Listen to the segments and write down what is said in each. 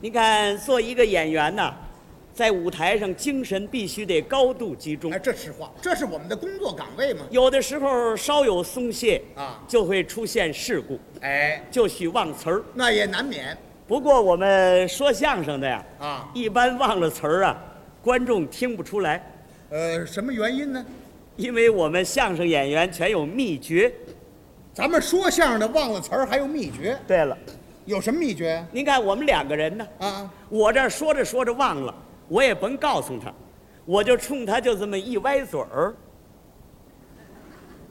你看，做一个演员呐、在舞台上精神必须得高度集中哎，，这实话，这是我们的工作岗位嘛。有的时候稍有松懈啊就会出现事故，哎，就许忘词儿。那也难免不过我们说相声的呀，啊。一般忘了词儿啊，观众听不出来，呃，什么原因呢？因为我们相声演员全有秘诀。咱们说相声的忘了词儿还有秘诀，对了，有什么秘诀您看我们两个人呢，啊？我这儿说着说着忘了，我也甭告诉他，我就冲他就这么一歪嘴儿，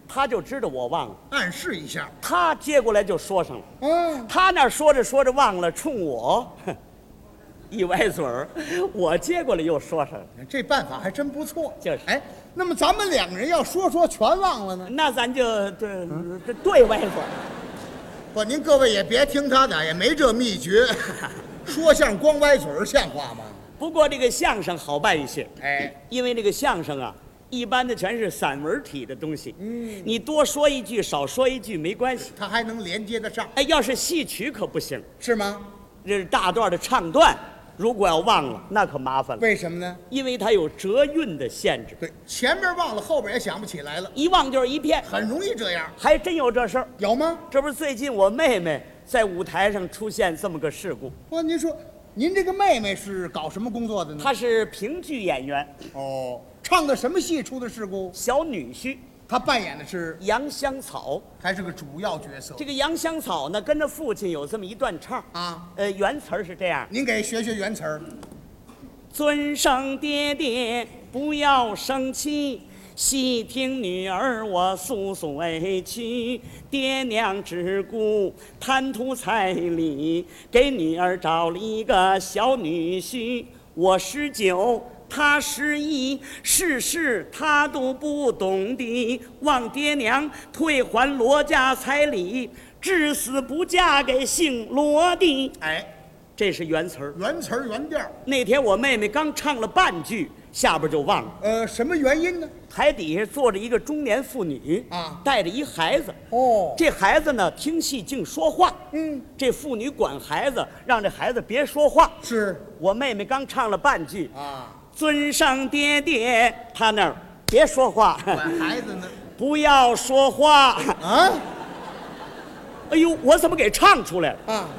他就知道我忘了，暗示一下他接过来就说上了。啊。他那儿说着说着忘了，冲我一歪嘴儿，我接过来又说上了，这办法还真不错，就是哎，那么咱们两个人要说说全忘了呢？那咱就对对对歪嘴儿，不，您各位也别听他的，也没这秘诀。 说相声光歪嘴儿像话吗？不过这个相声好办一些，哎，因为那个相声啊，一般的全是散文体的东西。嗯，你多说一句少说一句没关系。他还能连接得上哎，要是戏曲可不行，是吗？这是大段的唱段，如果要忘了，那可麻烦了，为什么呢？因为它有折韵的限制，对，前面忘了，后边也想不起来了，一忘就是一片，很容易这样。还真有这事儿。有吗？这不是最近我妹妹在舞台上出现这么个事故，不，您说，您这个妹妹是搞什么工作的呢？她是评剧演员，哦，唱的什么戏出的事故？小女婿她扮演的是杨香草。还是个主要角色这个杨香草呢，跟着父亲有这么一段唱，啊？呃，原词儿是这样：您给学学原词儿。尊生爹爹，不要生气。细听女儿我诉诉委屈，爹娘只顾贪图彩礼，给女儿找了一个小女婿。我十九，他十一，世事他都不懂的，望爹娘退还罗家彩礼，至死不嫁给姓罗的。哎，这是原词儿。原词儿原调儿。那天我妹妹刚唱了半句，下边就忘了。呃，什么原因呢？台底下坐着一个中年妇女啊带着一孩子。哦这孩子呢，听戏净说话。嗯，这妇女管孩子，让这孩子别说话。是我妹妹刚唱了半句啊，：“尊上爹爹”，她那儿别说话， 管孩子呢。不要说话。啊哎呦，我怎么给唱出来了？啊，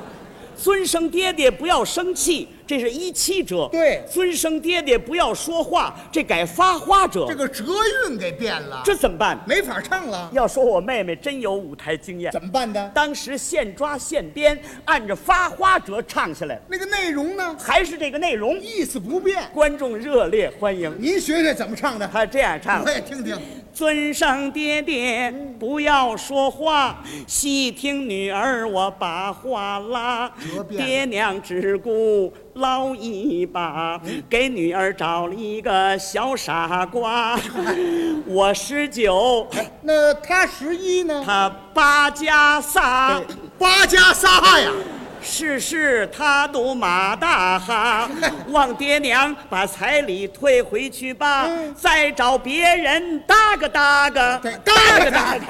尊生爹爹不要生气，这是一七折。对尊生爹爹不要说话，这改发花折。这个折韵给变了，这怎么办？没法唱了，要说我妹妹真有舞台经验，怎么办的？当时现抓现编，按着发花折唱下来了，那个内容呢？还是这个内容，意思不变。观众热烈欢迎。您学学怎么唱的，他这样唱我：也听听。尊上爹爹，嗯不要说话，细听女儿我把话拉折。变了爹娘只顾捞一把，嗯给女儿找了一个小傻瓜。 我十九，那他十一呢？他八加仨。八加仨呀，世事他都马大 哈，望爹娘把彩礼退回去吧，嗯再找别人搭个搭个对搭个搭个个。